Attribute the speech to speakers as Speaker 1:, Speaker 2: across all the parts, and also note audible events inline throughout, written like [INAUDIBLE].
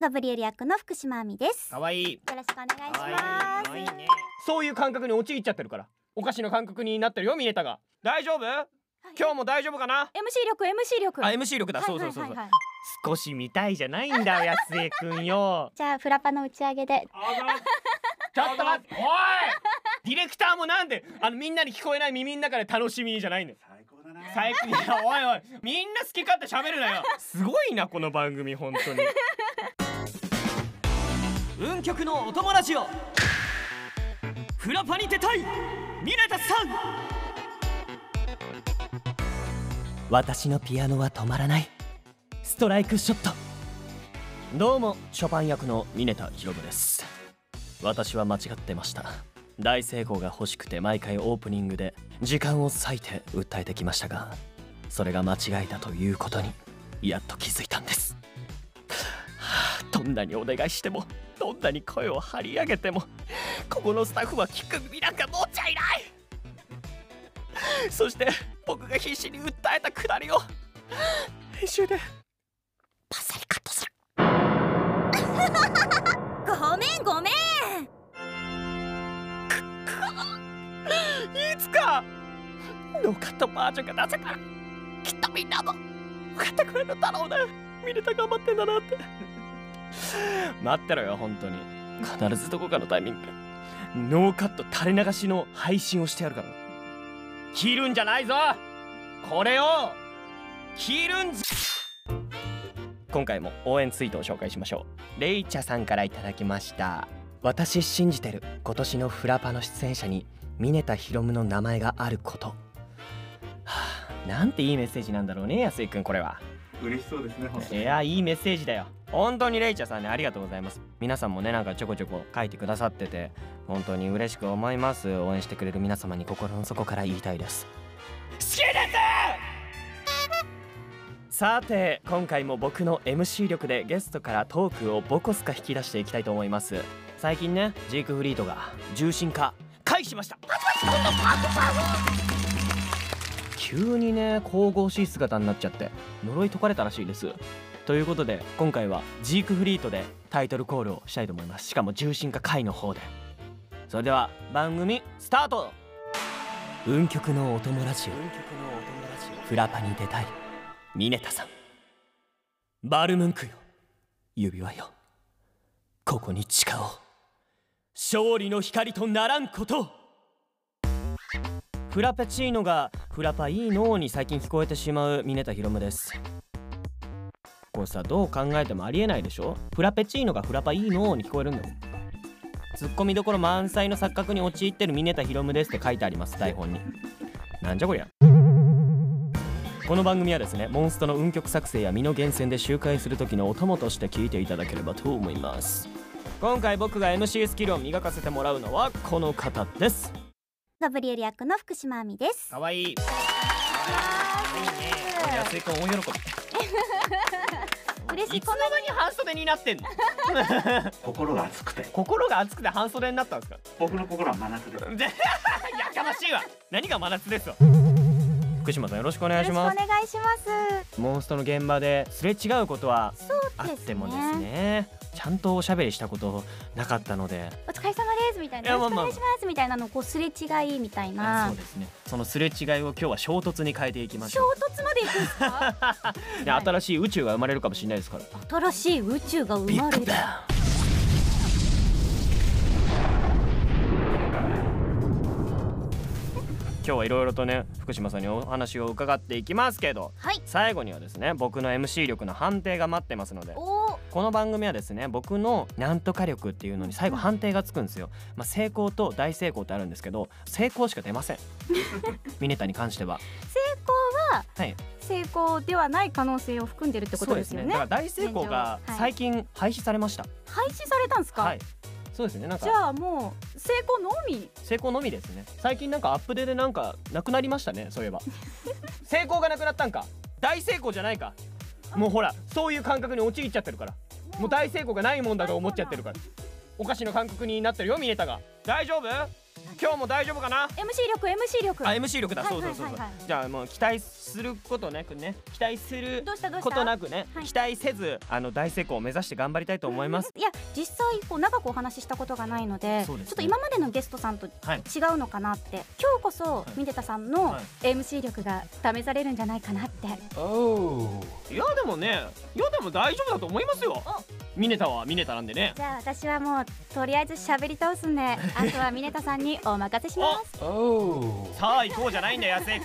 Speaker 1: ガブリエル役の福島亜美ですよ
Speaker 2: 可愛いい。
Speaker 1: ろしくお願いします
Speaker 2: 可愛いね。そういう感覚に陥っちゃってるから、お菓子の感覚になってるよミネタが。大丈夫？今日も大丈夫かな？
Speaker 1: MC 力 MC 力
Speaker 2: あ、MC 力だ。そうそうそうそう。少し見たいじゃないんだよ、安江くんよ。
Speaker 1: じゃあフラパの打ち上げで
Speaker 2: ちょっと待って、おい。ディレクターもなんで、あのみんなに聞こえない耳の中で楽しみじゃないんだよ。
Speaker 3: 最高だな
Speaker 2: 最近、いやおいおい、みんな好き勝手喋るなよ。すごいな、この番組、本当に。
Speaker 4: 運極のお友達をフラパに出たいミネタさん私のピアノは止まらないストライクショットどうもショパン役のミネタヒロムです私は間違ってました大成功が欲しくて毎回オープニングで時間を割いて訴えてきましたがそれが間違えたということにやっと気づいたんです [SIGHS] どんなにお願いしてもどんなに声を張り上げてもここのスタッフは聞く耳なんか持っちゃいないそして僕が必死に訴えたくだりを編集でパッサリカットする
Speaker 1: ごめんごめん
Speaker 4: いつかノーカットバージョンが出せたらきっとみんなも分かってくれるだろうねミネタ頑張ってんだなって
Speaker 2: 待ってろよ本当に必ずどこかのタイミングでノーカット垂れ流しの配信をしてやるから切るんじゃないぞこれを切るんじ今回も応援ツイートを紹介しましょうレイチャさんからいただきました私信じてる今年のフラパの出演者にミネタヒロムの名前があることはあなんていいメッセージなんだろうね安井くんこれは
Speaker 3: 嬉しそうですね本当
Speaker 2: いやいいメッセージだよ本当にレイチャーさんねありがとうございます皆さんもねなんかちょこちょこ書いてくださってて本当に嬉しく思います応援してくれる皆様に心の底から言いたいです好きですさて今回も僕の MC 力でゲストからトークをボコスカ引き出していきたいと思います最近ねジークフリートが重心化回避しました急にね神々しい姿になっちゃって呪い解かれたらしいですということで今回はジークフリートでタイトルコールをしたいと思いますしかも重心化回の方でそれでは番組スタート運極のお友達をフラパに出たいミネタさんバルムンクよ指輪よここに誓おう勝利の光とならんことをフラペチーノがフラパいいのに最近聞こえてしまうミネタヒロムですこれさどう考えてもありえないでしょフラペチーノがフラパいいのに聞こえるんだよツッコミどころ満載の錯覚に陥ってるミネタヒロムですって書いてあります台本になんじゃこりゃこの番組はですねモンストの運曲作成や身の厳選で周回する時のお供として聞いていただければと思います今回僕が MC スキルを磨かせてもらうのはこの方です
Speaker 1: ガブリエル役の福島亜美です
Speaker 2: かわいい安井君大喜び
Speaker 1: 嬉しい
Speaker 2: いつの間に半袖になってんの
Speaker 3: 心が熱くて
Speaker 2: 心が熱くて半袖になったんで
Speaker 1: [LAUGHS]
Speaker 2: すか
Speaker 3: 僕の心は真夏です
Speaker 2: でやかましいわ何が真夏ですよ福島さんよろしくお願いし
Speaker 1: よろ
Speaker 2: ま
Speaker 1: し
Speaker 2: す
Speaker 1: くお願いします
Speaker 2: モンストの現場ですれ違うことはあってもですねちゃんとおしゃべりしたことなかったので
Speaker 1: お疲れ様ですみたいな。
Speaker 2: いや
Speaker 1: よろ
Speaker 2: まあ
Speaker 1: しくお
Speaker 2: ま
Speaker 1: 願いし
Speaker 2: あ
Speaker 1: ますみたいなのをこうすれ違いみたい
Speaker 2: あ
Speaker 1: な
Speaker 2: そう。ですねそのすれ違いを今日は衝突に変えていきまし
Speaker 1: 衝
Speaker 2: ょ
Speaker 1: 突までいくんです
Speaker 2: [LAUGHS]
Speaker 1: か。
Speaker 2: うで新しい宇宙が生まれるかもしれないですから
Speaker 1: 新しい宇宙が生まれる。
Speaker 2: 今日はいろいろとね福島さんにお話を伺っていきますけど
Speaker 1: はい。
Speaker 2: 最後にはですね僕の MC 力の判定が待ってますので
Speaker 1: おお。
Speaker 2: この番組はですね僕のなんとか力っていうのに最後判定がつくんですよ、まあ、成功と大成功ってあるんですけど成功しか出ま
Speaker 1: [LAUGHS]
Speaker 2: せんミネタに関しては
Speaker 1: 成功は
Speaker 2: はい
Speaker 1: 成功ではない可能性を含んでるってことですよ
Speaker 2: だか
Speaker 1: ね。
Speaker 2: ら大成功が
Speaker 1: 現状はい
Speaker 2: 最近廃止されました
Speaker 1: 廃止されたんですか。
Speaker 2: はいそうですねなん
Speaker 1: じ
Speaker 2: か
Speaker 1: ゃあもう成功のみ。
Speaker 2: 成功のみですね最近なんかアップデートでなんかなくなりましたね
Speaker 1: [LAUGHS]
Speaker 2: そういえば成功がなくなったんか大成功じゃないかもうほらそういう感覚に陥っちゃってるからもう大成功がないもんだと思っちゃってるからお菓子の感覚になってるよミネタが大丈夫今日も大丈夫かな
Speaker 1: MC 力 MC 力
Speaker 2: あ MC 力だ
Speaker 1: はい
Speaker 2: そ
Speaker 1: は
Speaker 2: う
Speaker 1: い
Speaker 2: そうそうそう
Speaker 1: はいはい
Speaker 2: じゃあもう期待することなくね期待する
Speaker 1: どうしたどうした
Speaker 2: ことなくね
Speaker 1: はい
Speaker 2: 期待せずあの大成功を目指して頑張りたいと思います
Speaker 1: いや実際こう長くお話ししたことがないので
Speaker 2: そうですね
Speaker 1: ちょっと今までのゲストさんと違
Speaker 2: はいう
Speaker 1: のかなって、今日こそミネタさんの
Speaker 2: はい
Speaker 1: MC 力が試されるんじゃないかなって、
Speaker 2: いやでもねいやでも大丈夫だと思いますよミネタはミネタなんでね
Speaker 1: じゃあ私はもうとりあえず喋り倒す
Speaker 2: [LAUGHS]
Speaker 1: んであとはミネタさんにお任せします
Speaker 2: さあ行こうじゃないんだよ安井くん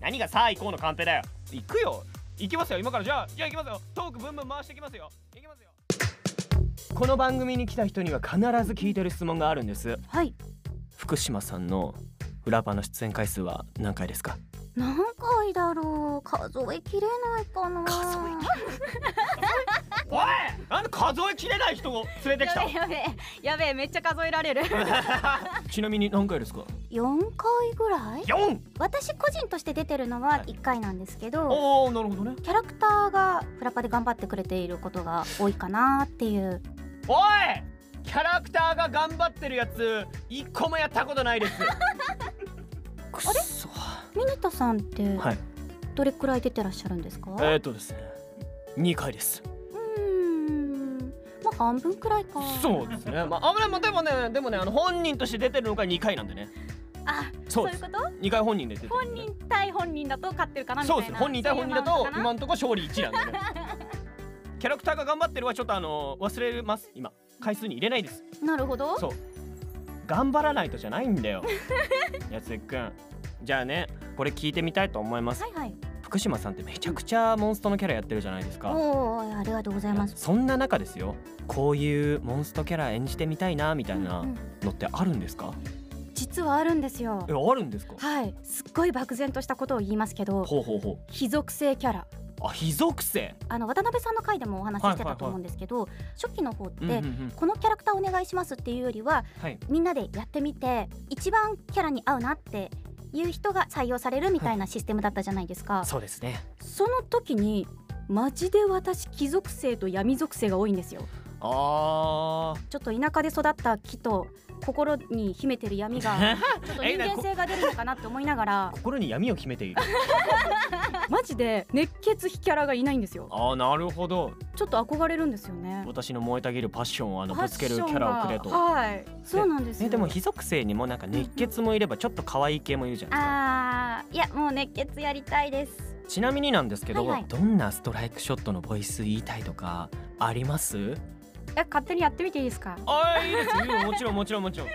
Speaker 2: 何がさあ行こうのカンペだよ行くよ行きますよ今からじゃあじゃあ行きますよトークブンブン回してきますよ行きますよこの番組に来た人には必ず聞いてる質問があるんです
Speaker 1: はい
Speaker 2: 福島さんのフラパの出演回数は何回ですか
Speaker 1: 何回だろう数えきれないかな
Speaker 2: 数えおいなんで数えきれない人を連れてき
Speaker 1: [LAUGHS]
Speaker 2: た
Speaker 1: やべえやべえめっちゃ数えられる
Speaker 2: ちなみに何回ですか
Speaker 1: 4回ぐらい
Speaker 2: ?4!
Speaker 1: 私個人として出てるの
Speaker 2: は
Speaker 1: はい1回なんですけど、
Speaker 2: おおなるほどね
Speaker 1: キャラクターがフラパで頑張ってくれていることが多いかなっていう
Speaker 2: おいキャラクターが頑張ってるやつ一個もやったことないですくっそ
Speaker 1: ミネタさんって
Speaker 2: はい
Speaker 1: どれくらい出てらっしゃるんですか、
Speaker 2: えーっとですね2回です
Speaker 1: うーんまあ半分くらいか
Speaker 2: そうですねまああぶねまあでもねでもねあの本人として出てるのが2回なんでね
Speaker 1: あ
Speaker 2: そうです
Speaker 1: いうこと
Speaker 2: 2回本人で出てるん
Speaker 1: 本
Speaker 2: でね
Speaker 1: 人対本人だと勝ってるかなみたい
Speaker 2: そう
Speaker 1: な
Speaker 2: です本人対
Speaker 1: そうい
Speaker 2: 本
Speaker 1: う
Speaker 2: 人
Speaker 1: マ
Speaker 2: だ
Speaker 1: ウン
Speaker 2: と
Speaker 1: トかな
Speaker 2: 今んとこ勝利1なんでね
Speaker 1: [LAUGHS]
Speaker 2: キャラクターが頑張ってるはちょっとあの忘れます今回数に入れないです
Speaker 1: なるほど
Speaker 2: そう頑張らないとじゃないん
Speaker 1: [LAUGHS]
Speaker 2: だよやついくんじゃあねこれ聞いてみたいと思います
Speaker 1: はいはい
Speaker 2: 福島さんってめちゃくちゃモンストのキャラやってるじゃないですか
Speaker 1: おーありがとうございます
Speaker 2: そんな中ですよこういうモンストキャラ演じてみたいなみたいな
Speaker 1: うん
Speaker 2: のってあるんですか、
Speaker 1: 実はあるんですよ
Speaker 2: えあるんですか
Speaker 1: はいすっごい漠然としたことを言いますけど
Speaker 2: ほうほうほ
Speaker 1: 非属性キャラ
Speaker 2: うあ非属性
Speaker 1: あの渡辺さんの回でもお話ししてたと思うんですけど、初期の方って、
Speaker 2: うんうんうん
Speaker 1: このキャラクターお願いしますっていうよりは
Speaker 2: はい
Speaker 1: みんなでやってみて一番キャラに合うなっていう人が採用されるみたいなシステムだったじゃないですか、
Speaker 2: そうですね
Speaker 1: その時にマジで私貴族性と闇属性が多いんですよ
Speaker 2: あ
Speaker 1: ちょっと田舎で育った木と心に秘めてる闇
Speaker 2: [LAUGHS]
Speaker 1: がちょっと人間性が出るのかなって思いながら
Speaker 2: 心に闇を秘めている
Speaker 1: [LAUGHS]
Speaker 2: [LAUGHS]
Speaker 1: マジで熱血非キャラがいないんですよ
Speaker 2: ああなるほど
Speaker 1: ちょっと憧れるんですよね
Speaker 2: 私の燃えたぎるパッションをあの
Speaker 1: パ
Speaker 2: ぶ
Speaker 1: ッ
Speaker 2: つ
Speaker 1: シ
Speaker 2: け
Speaker 1: ョン
Speaker 2: るキ
Speaker 1: が
Speaker 2: ャラをくれと
Speaker 1: はいそうなんですよ
Speaker 2: えでも非属性にもなんか熱血もいればちょっと可愛い系もいるじゃないですか
Speaker 1: あーいやもう熱血やりたいです
Speaker 2: ちなみになんですけど、
Speaker 1: はいはい
Speaker 2: どんなストライクショットのボイス言いたいとかあります
Speaker 1: え勝手にやってみていいですか
Speaker 2: [LAUGHS] あいいですよもちろんもちろんもちろん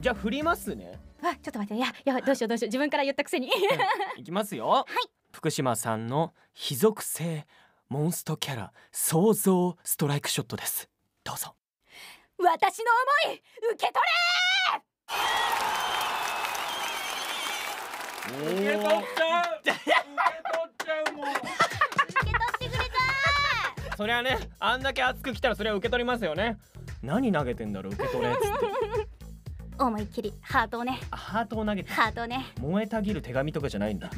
Speaker 2: じゃあ振りますね
Speaker 1: わちょっと待っていややばいどうしようどうしよう自分から言ったくせに [LAUGHS]
Speaker 2: いきますよ、はい、福島さんの非属性モンストキャラ創造ストライクショットですどうぞ
Speaker 1: 私の思い受け取れ
Speaker 3: 受け取っちゃう受け取っちゃうもん
Speaker 1: 受け取ってくれ
Speaker 2: そりゃねあんだけ熱く来たらそれは受け取りますよね何投げてんだろう受け取れっ [LAUGHS] つって
Speaker 1: た思いっきりハートをね
Speaker 2: あハートを投げて
Speaker 1: ハートをね
Speaker 2: 燃えたぎる手紙とかじゃ [LAUGHS] ないんだ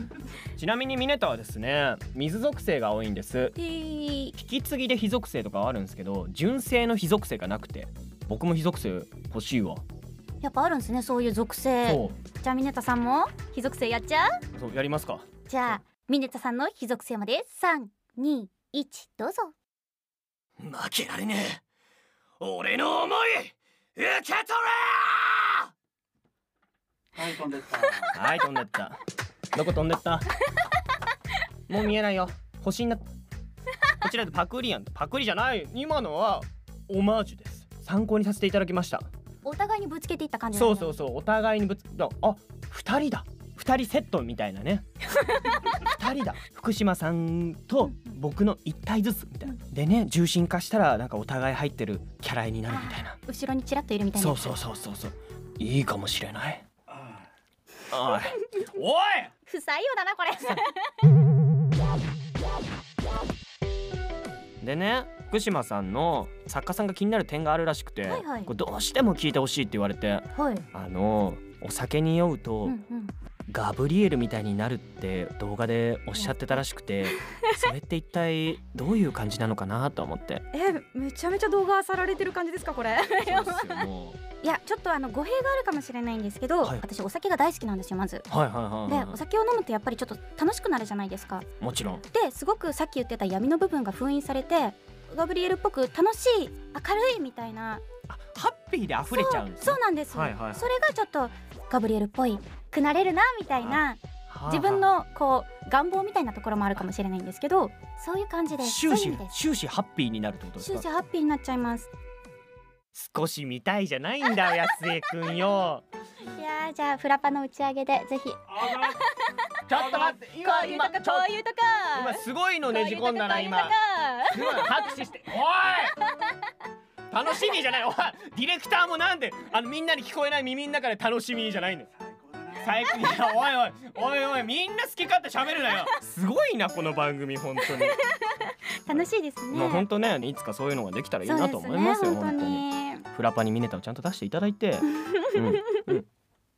Speaker 2: ちなみにミネタはですね水属性が多いんです
Speaker 1: でー
Speaker 2: 引き継ぎで非属性とかはあるんですけど純正の非属性がなくて僕も非属性欲しいわ、
Speaker 1: やっぱあるんですねそういう属性
Speaker 2: そ
Speaker 1: じゃあミネタさんも非属性やっちゃう
Speaker 2: うそうやりますか
Speaker 1: じゃあミネタさんの非属性まで321どうぞ
Speaker 4: 負けられねえ俺の思い受け取れ
Speaker 3: はい飛んでった
Speaker 2: はい飛んでったどこ飛んでったもう見えないよ星になったこちらでパクリやんパクリじゃない今のはオマージュです参考にさせていただきました
Speaker 1: お互いにぶつけていった感じ
Speaker 2: そうそううそうお互いにぶつだあ二人だ二人セットみたいなね二人だ福島さんと僕の一体ずつみたいなでね重心化したらなんかお互い入ってるキャラになるみたいな
Speaker 1: 後ろにちらっといるみたいな
Speaker 2: そうそうそうそうそういいかもし
Speaker 1: [LAUGHS]
Speaker 2: れない
Speaker 3: あー
Speaker 2: おいおい
Speaker 1: 不採用だなこれ [LAUGHS]
Speaker 2: でね福島さんの作家さんが気になる点があるらしくて、
Speaker 1: はいはい
Speaker 2: これどうしても聞いてほしいって言われて
Speaker 1: はい
Speaker 2: あのお酒に酔うと、
Speaker 1: うんうん
Speaker 2: ガブリエルみたいになるって動画でおっしゃってたらしくて [LAUGHS] それって一体どういう感じなのかなと思って
Speaker 5: えめちゃめちゃ動画漁られてる感じです
Speaker 1: [LAUGHS]
Speaker 5: かこれ
Speaker 2: そうですよもう
Speaker 1: いやちょっとあの語弊があるかもしれないんですけど、
Speaker 2: はい
Speaker 1: 私お酒が大好きなんですよまず。
Speaker 2: はいはい
Speaker 1: で
Speaker 2: はい、
Speaker 1: お
Speaker 2: は
Speaker 1: 酒を飲むとやっぱりちょっと楽しくなるじゃないですか。
Speaker 2: い、もちろん
Speaker 1: ですごくさっき言ってた闇の部分が封印されてガブリエルっぽく楽しい明るいみたいな
Speaker 2: あハッピーで溢れちゃうんです、ね、
Speaker 1: そうなんです、
Speaker 2: はいはいはい
Speaker 1: それがちょっとガブリエルっぽいくなれるなみたいな
Speaker 2: はあ
Speaker 1: 自分のこう願望みたいなところもあるかもしれないんですけどそういう感じです
Speaker 2: 終
Speaker 1: そうい
Speaker 2: 始
Speaker 1: う意味です
Speaker 2: 終始ハッピーになるってことです
Speaker 1: 終
Speaker 2: か
Speaker 1: 始ハッピーになっちゃいます
Speaker 2: 少し見たいじゃないんだよ安江くんよ
Speaker 1: いやーじゃあフラパの打ち上げでぜひ
Speaker 2: ちょっと待って
Speaker 5: こ
Speaker 2: 今
Speaker 5: ういうと
Speaker 2: 今
Speaker 5: か
Speaker 2: ちょ
Speaker 5: こういうとか
Speaker 2: 今すごいのねじ込んだな今
Speaker 5: こう
Speaker 2: すごい拍手しておい楽しみじゃないおいディレクターもなんであのみんなに聞こえない耳の中で楽しみじゃないんだよ最高だなおいおいおいおいおいみんな好き勝手喋るなよすごいなこの番組本当に
Speaker 1: 楽しいですね
Speaker 2: もう本当ねいつかそういうのができたらいい
Speaker 1: そう
Speaker 2: な
Speaker 1: で
Speaker 2: と
Speaker 1: す
Speaker 2: 思い
Speaker 1: ね
Speaker 2: ますよ
Speaker 1: 本当
Speaker 2: 本当に
Speaker 1: に
Speaker 2: フラパにミネタをちゃんと出していただいて、うん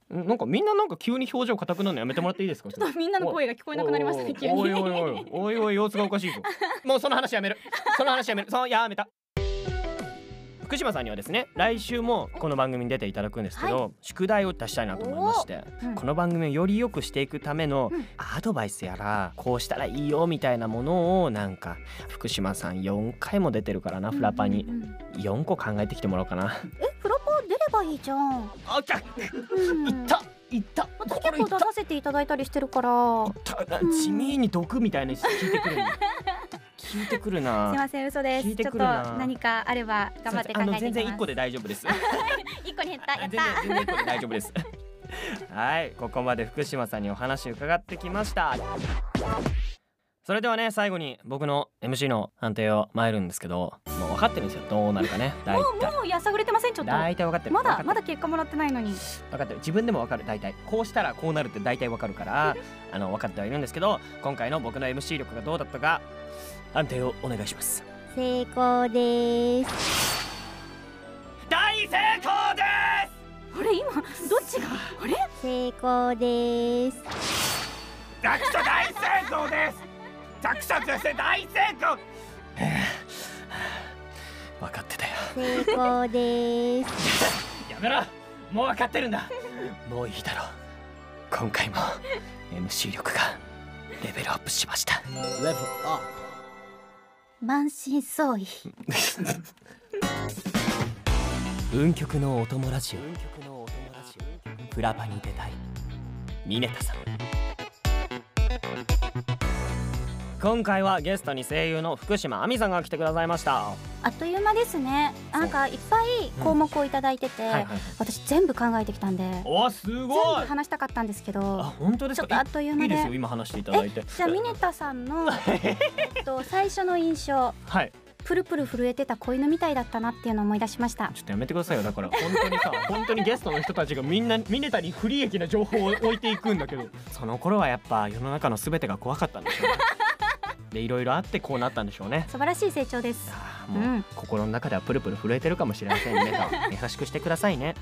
Speaker 2: うん、なんかみんななんか急に表情硬くなるのやめてもらっていいですか
Speaker 5: ちょっとみんなの声が聞こえなくなりましたね急に
Speaker 2: おいおいおいおいおいおい様子がおかし
Speaker 5: [LAUGHS]
Speaker 2: いぞもうその話やめるその話やめるそのやめた福島さんにはですね来週もこの番組に出ていただくんですけど、宿題を出したいなと思いまして、
Speaker 1: うん
Speaker 2: この番組をより良くしていくための
Speaker 1: うん
Speaker 2: アドバイスやらこうしたらいいよみたいなものをなんか福島さん4回も出てるからなフラパに
Speaker 1: うんうんうん
Speaker 2: 4個考えてきてもらおうかな
Speaker 1: えフラパ出ればいいじゃん、
Speaker 2: あきゃ
Speaker 1: うん、
Speaker 2: いったいった
Speaker 1: 私
Speaker 2: 心
Speaker 1: 結
Speaker 2: い
Speaker 1: 構
Speaker 2: っ
Speaker 1: 出させていただいたりしてるから
Speaker 2: たた地味に毒みたいなの聞いてくる聞いてくる
Speaker 5: すい
Speaker 2: な
Speaker 5: ません嘘で
Speaker 2: 聞い
Speaker 5: す
Speaker 2: て
Speaker 5: ちょっ
Speaker 2: く
Speaker 5: と
Speaker 2: るな
Speaker 5: 何かあれば頑張って考えていき
Speaker 2: あの
Speaker 5: ます
Speaker 2: 全然一個で大丈夫です
Speaker 5: 一個に減ったや
Speaker 2: 全
Speaker 5: っ
Speaker 2: 然
Speaker 5: た
Speaker 2: [LAUGHS] 全然一個で大丈夫です [LAUGHS] はいここまで福島さんにお話伺ってきましたそれではね最後に僕の MC の判定を参るんですけどもう分かってるんですよどうなるかね大体
Speaker 1: もうやさぐれてませんちょっと
Speaker 2: 大体分かってる
Speaker 1: ま
Speaker 2: 分かっ
Speaker 1: だ
Speaker 2: てる
Speaker 1: まだ結果もらってないのに
Speaker 2: 分かってる自分でも分かる大体こうしたらこうなるって大体分かるからあの分かってはいるんですけど今回の僕の MC 力がどうだったか判定をお願いします
Speaker 6: 成功です
Speaker 2: 大成功で
Speaker 1: あれ今どっちがあれ
Speaker 6: 成功です
Speaker 2: す弱者大成功です弱者として大成功分かってたよ
Speaker 6: 成功です
Speaker 2: やめろもう分かってるんだもういいだろう今回も [LAUGHS] MC 力がレベルアップしました
Speaker 1: 満身創痍
Speaker 4: 運極のお友達フラパに出たいミネタさん
Speaker 2: 今回はゲストに声優の福島亜美さんが来てくださいました
Speaker 1: あっという間ですねなんかいっぱい項目をいただいてて、私全部考えてきたんで
Speaker 2: おす
Speaker 1: 全部
Speaker 2: ごい
Speaker 1: 話したかったんですけ
Speaker 2: あ
Speaker 1: ど
Speaker 2: 本当で
Speaker 1: ち
Speaker 2: す
Speaker 1: ょっ
Speaker 2: か
Speaker 1: とあっという
Speaker 2: いい
Speaker 1: 間
Speaker 2: い
Speaker 1: で
Speaker 2: ですよ今話していただいて
Speaker 1: じゃあミネタさんの、えっと、最初の印象
Speaker 2: はい
Speaker 1: プルプル震えてた子犬みたいだったなっていうのを思い出しました
Speaker 2: ちょっとやめてくださいよだから本当にさ [LAUGHS] 本当にゲストの人たちがみんなミネタに不利益な情報を置いていくんだけどその頃はやっぱ世の中の全てが怖かったんでしょうねでいろいろあってこうなったんでしょうね
Speaker 1: 素晴らしい成長です
Speaker 2: ああもう、
Speaker 1: うん
Speaker 2: 心の中ではプルプル震えてるかもしれません [LAUGHS] ね優しくしてくださいね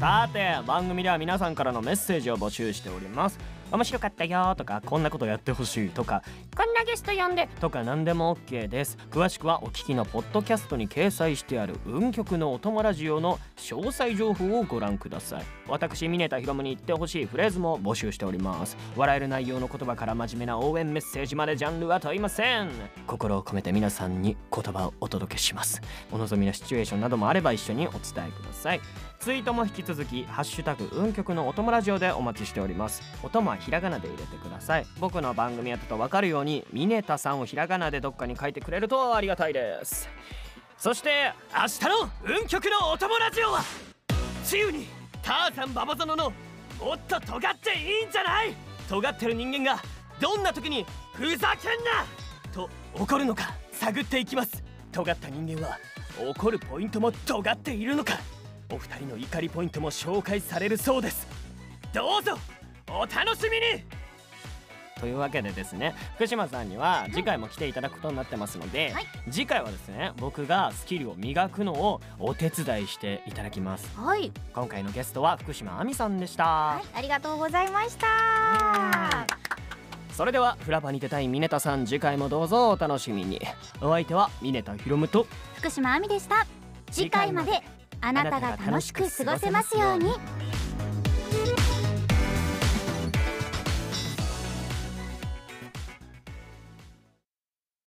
Speaker 2: さて番組では皆さんからのメッセージを募集しております面白かったよとかこんなことやってほしいとかこんなゲスト呼んでとか何でも OK です詳しくはお聞きのポッドキャストに掲載してある運極のお供ラジオの詳細情報をご覧ください私峰田ひろむに言ってほしいフレーズも募集しております笑える内容の言葉から真面目な応援メッセージまでジャンルは問いません心を込めて皆さんに言葉をお届けしますお望みのシチュエーションなどもあれば一緒にお伝えくださいツイートも引き続き「ハッシュタグ運極のお供ラジオ」でお待ちしておりますお供はひらがなで入れてください僕の番組やったと分かるようにミネタさんをひらがなでどっかに書いてくれるとありがたいですそして明日の運極のお供ラジオは自由にターザンババゾノのもっと尖っていいんじゃない尖ってる人間がどんな時にふざけんなと怒るのか探っていきます尖った人間は怒るポイントも尖っているのかお二人の怒りポイントも紹介されるそうですどうぞお楽しみにというわけでですね福島さんには次回も来ていただくことになってますので、
Speaker 1: はい
Speaker 2: 次回はですね僕がスキルを磨くのをお手伝いしていただきます
Speaker 1: はい、
Speaker 2: 今回のゲストは福島亜美さんでした、
Speaker 1: はい、ありがとうございました。
Speaker 2: それではフラパに出たいミネタさん次回もどうぞお楽しみにお相手はミネタヒロムと
Speaker 1: 福島亜美でした。次回まであなたが楽しく過ごせますように。